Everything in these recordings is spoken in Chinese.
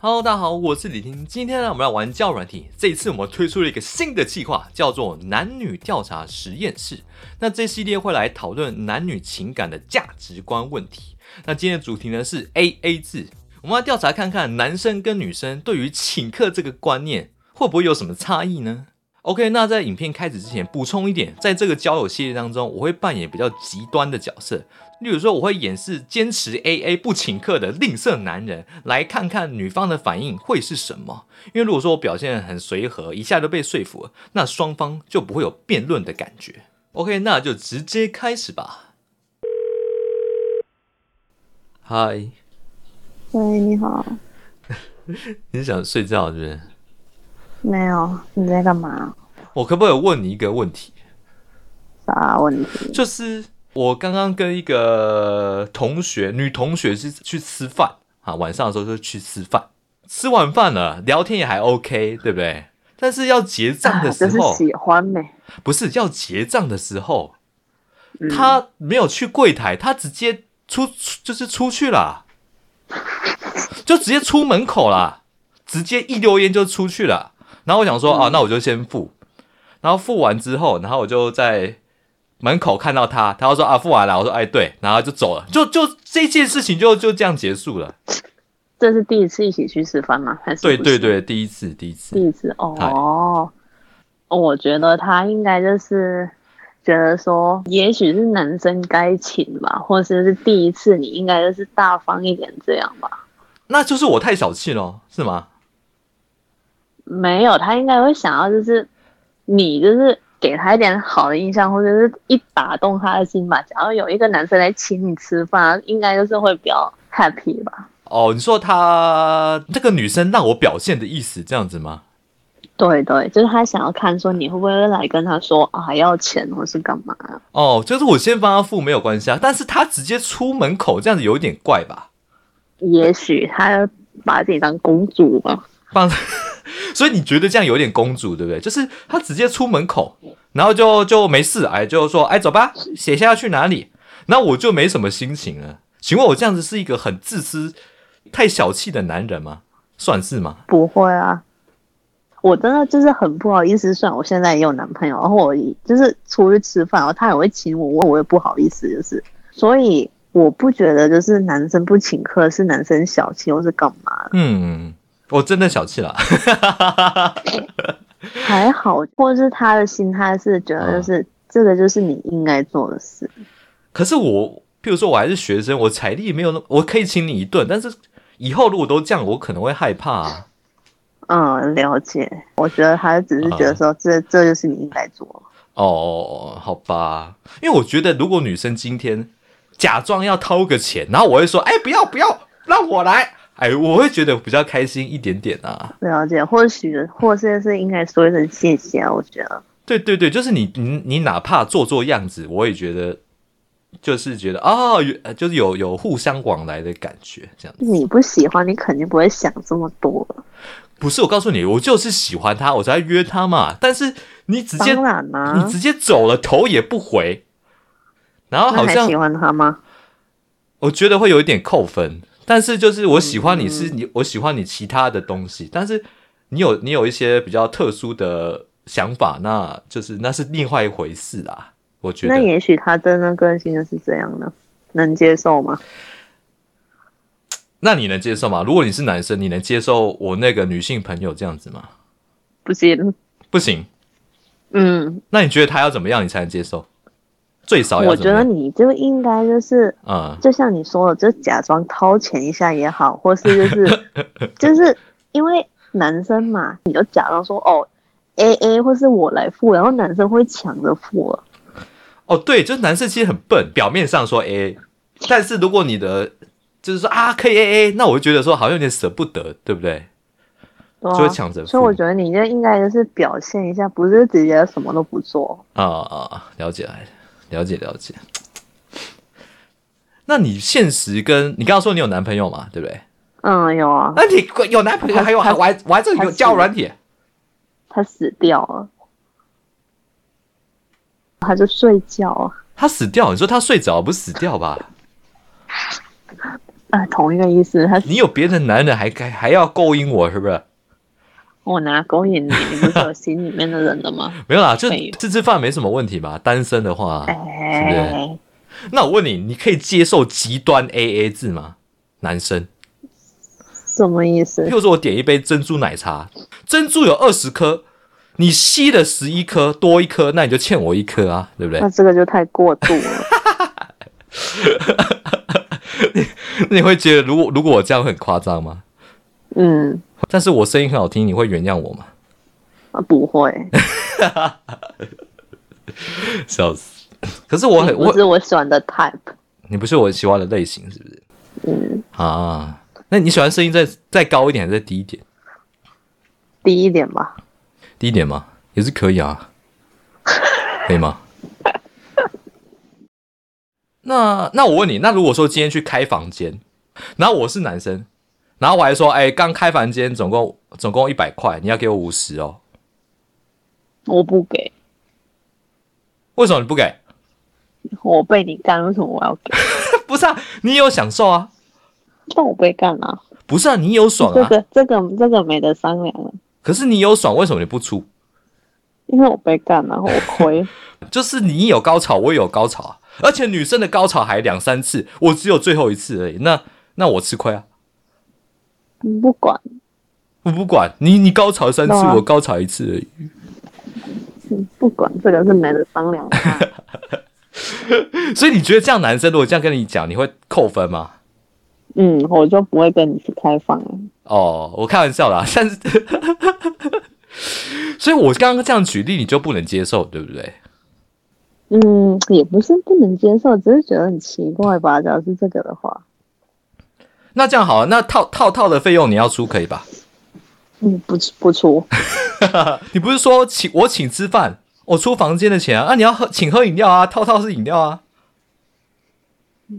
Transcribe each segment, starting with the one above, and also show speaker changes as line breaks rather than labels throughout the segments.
Hello，大家好，我是李听。今天呢，我们来玩教软体。这一次我们推出了一个新的计划，叫做“男女调查实验室”。那这系列会来讨论男女情感的价值观问题。那今天的主题呢是 A A 制，我们要调查看看男生跟女生对于请客这个观念会不会有什么差异呢？OK，那在影片开始之前补充一点，在这个交友系列当中，我会扮演比较极端的角色，例如说我会演示坚持 AA 不请客的吝啬男人，来看看女方的反应会是什么。因为如果说我表现得很随和，一下就被说服了，那双方就不会有辩论的感觉。OK，那就直接开始吧。嗨，
喂，哎你好。
你是想睡觉是不是？
没有，你在干嘛？
我可不可以问你一个问题？
啥问题？
就是我刚刚跟一个同学，女同学是去吃饭啊，晚上的时候就去吃饭，吃完饭了，聊天也还 OK，对不对？但是要结账的
啊就
时
是
候，
喜欢呗、
不是要结账的时候，
嗯
他没有去柜台，他直接出就是出去 了，就直接出门口啦，直接一溜烟就出去了。然后我想
嗯
说，啊，那我就先付。然后付完之后，然后我就在门口看到他，他就说啊，付完了。我说哎，对，然后就走了。就就这件事情就就这样结束了。
这是第一次一起去吃饭吗？还是嗯
对
不是
对，对，第一次第一次
第一次
嗨
哦。我觉得他应该就是觉得说，也许是男生该请吧，或者是第一次你应该就是大方一点这样吧。
那就是我太小气了，是吗？
没有，他应该会想要就是你就是。给他一点好的印象，或者是一打动他的心吧。假如有一个男生来请你吃饭，应该就是会比较 happy 吧。
哦，你说他这个女生让我表现的意思这样子吗？
对对，就是他想要看说你会不会来跟他说啊要钱或是干嘛？
哦，就是我先帮他付没有关系啊，但是他直接出门口这样子有点怪吧？
也许他把自己当公主吧。
放， 所以你觉得这样有点公主对不对？就是他直接出门口，然后就就没事，哎，就说哎走吧，写下要去哪里，那我就没什么心情了。请问我这样子是一个很自私、太小气的男人吗？算是吗？
不会啊，我真的就是很不好意思，虽然我现在也有男朋友，然后我就是出去吃饭，然后他也会请我问，我也不好意思，就是所以我不觉得就是男生不请客是男生小气或是干嘛的，
嗯，我真的小气了。
还好，或者是他的心态是觉得就是、这个就是你应该做的事。
可是我，譬如说我还是学生，我财力没有那，我可以请你一顿，但是以后如果都这样，我可能会害怕、啊。
嗯，了解。我觉得他只是觉得说这、这就是你应该做的。
哦，好吧，因为我觉得如果女生今天假装要掏个钱，然后我会说，哎，不要不要，让我来，哎，我会觉得比较开心一点点啊。
了解，或许或是是应该说一声谢谢啊。我觉得
对对对，就是你你你哪怕做做样子，我也觉得就是觉得啊、有呃就是有有互相往来的感觉，这样
你不喜欢，你肯定不会想这么多。
不是我告诉你，我就是喜欢他，我才约他嘛。但是你直接
当然啊啦、
你直接走了，头也不回，然后
那
好
还
像
喜欢他吗？
我觉得会有一点扣分，但是就是我喜
嗯
欢你是你，我喜欢你其他的东西，但是你有你有一些比较特殊的想法，那就是那是另外一回事啦。我觉
那
得
也许他真的个性就是这样的，能接受吗？
那你能接受吗？如果你是男生，你能接受我那个女性朋友这样子吗？
不行，
不行，
嗯，
那你觉得她要怎么样你才能接受？最少哦要
我
怎么
觉得
样？
你就应该就是
嗯，
就像你说的，就假装掏钱一下也好，或是就是 就是因为男生嘛，你就假装说哦，A A 或是我来付，然后男生会抢着付了。
哦，对，就是男生其实很笨，表面上说 A，但是如果你的就是说啊可以 A A，那我就觉得说好像有点舍不得，对不对？
对啊
就会抢着付
所以我觉得你就应该就是表现一下，不是直接什么都不做。
啊啊，了解，了解，了解。那你现实跟你刚刚说你有男朋友嘛，对不对？
嗯，有啊，
那你有男朋友还有还玩玩这个交友软体？
他死掉了，他就睡觉啊。
他死掉，你说他睡着不是死掉吧？
啊，同一个意思。他
你有别的男人还还还要勾引我是不是？
我拿勾引你，你不是有心里面的人了吗？
没有啦，就
没有
吃吃饭没什么问题吧？单身的话，
哎、
那我问你，你可以接受极端 AA 制吗？男生，
什么意思
譬？如说我点一杯珍珠奶茶，珍珠有二十颗，你吸了十一颗，多一颗，那你就欠我一颗啊，对不对
那？这个就太过度了。
那你会觉得如果如果我这样会很夸张吗？
嗯，
但是我声音很好听，你会原谅我吗？
啊不会，
笑死！可是我很
不
我
是嗯我喜欢的 type。
你不是我喜欢的类型，是不是？
嗯，
啊，那你喜欢声音再再高一点，还是再低一点？
低一点吧。
低一点吗？也是可以啊，可以吗？那那我问你，那如果说今天去开房间，然后我是男生，然后我还说，哎、刚开房间总共总共一百块，你要给我五十哦，
我不给，
为什么你不给？
我被你干，为什么我要给？
不是啊，你有享受啊，
但我被干啊，
不是啊，你有爽
这
啊，
个这个这个没得商量了，
可是你有爽，为什么你不出？
因为我被干了，我 亏。
就是你有高潮，我也有高潮啊，而且女生的高潮还两三次，我只有最后一次而已，那那我吃亏啊，
你嗯不管，
我不管你，你高潮三次，
那啊
我高潮一次而已。
你嗯不管，这个是没得商量的。啊
所以你觉得这样男生如果这样跟你讲，你会扣分吗？
嗯，我就不会跟你去开放了。
哦，我开玩笑啦， 但是，所以我刚刚这样举例，你就不能接受，对不对？
嗯，也不是不能接受，只是觉得很奇怪吧。只要是这个的话，
那这样好了，啊那套套套的费用你要出可以吧？
嗯，不不出，
你不是说请我请吃饭，我出房间的钱啊？啊你要喝请喝饮料啊，套套是饮料啊，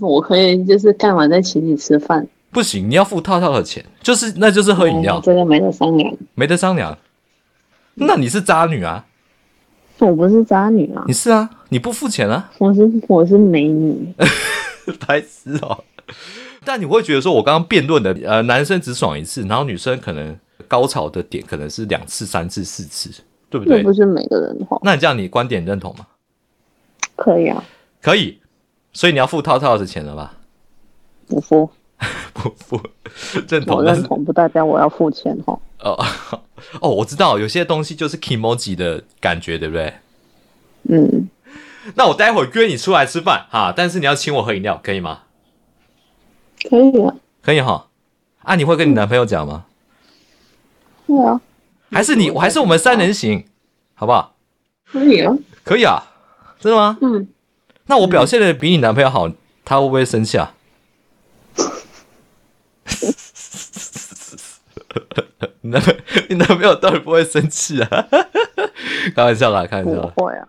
我可以就是干完再请你吃饭。
不行，你要付套套的钱，就是那就是喝饮料
嗯，这个没得商量。
没得商量。那你是渣女啊？
我不是渣女啊
你，是啊，你不付钱啊？
我是我是美女。
呃白痴哦、但你会觉得说，我刚刚辩论的，呃，男生只爽一次，然后女生可能高潮的点可能是两次、三次、四次，对不
又
对
不？是每个人哈，
那你这样，你观点认同吗？
可以啊，
可以，所以你要付套套的钱了吧？
我付，
不付，认
我
同，但
认
是
同不代表我要付钱哈。
哦 哦，我知道，有些东西就是 emoji 的感觉，对不对？
嗯，
那我待会儿约你出来吃饭哈，但是你要请我喝饮料，可以吗？
可以啊，
可以哈。啊，你会跟你男朋友讲
嗯
吗？
对啊，
还是你，
我
还是我们三人行，好不好？
可以啊，
可以啊，真的吗？
嗯，
那我表现的比你男朋友好，他会不会生气啊？你男朋友你男朋友当然不会生气啊， 开玩笑啦，开玩笑
不
啦。
会啊，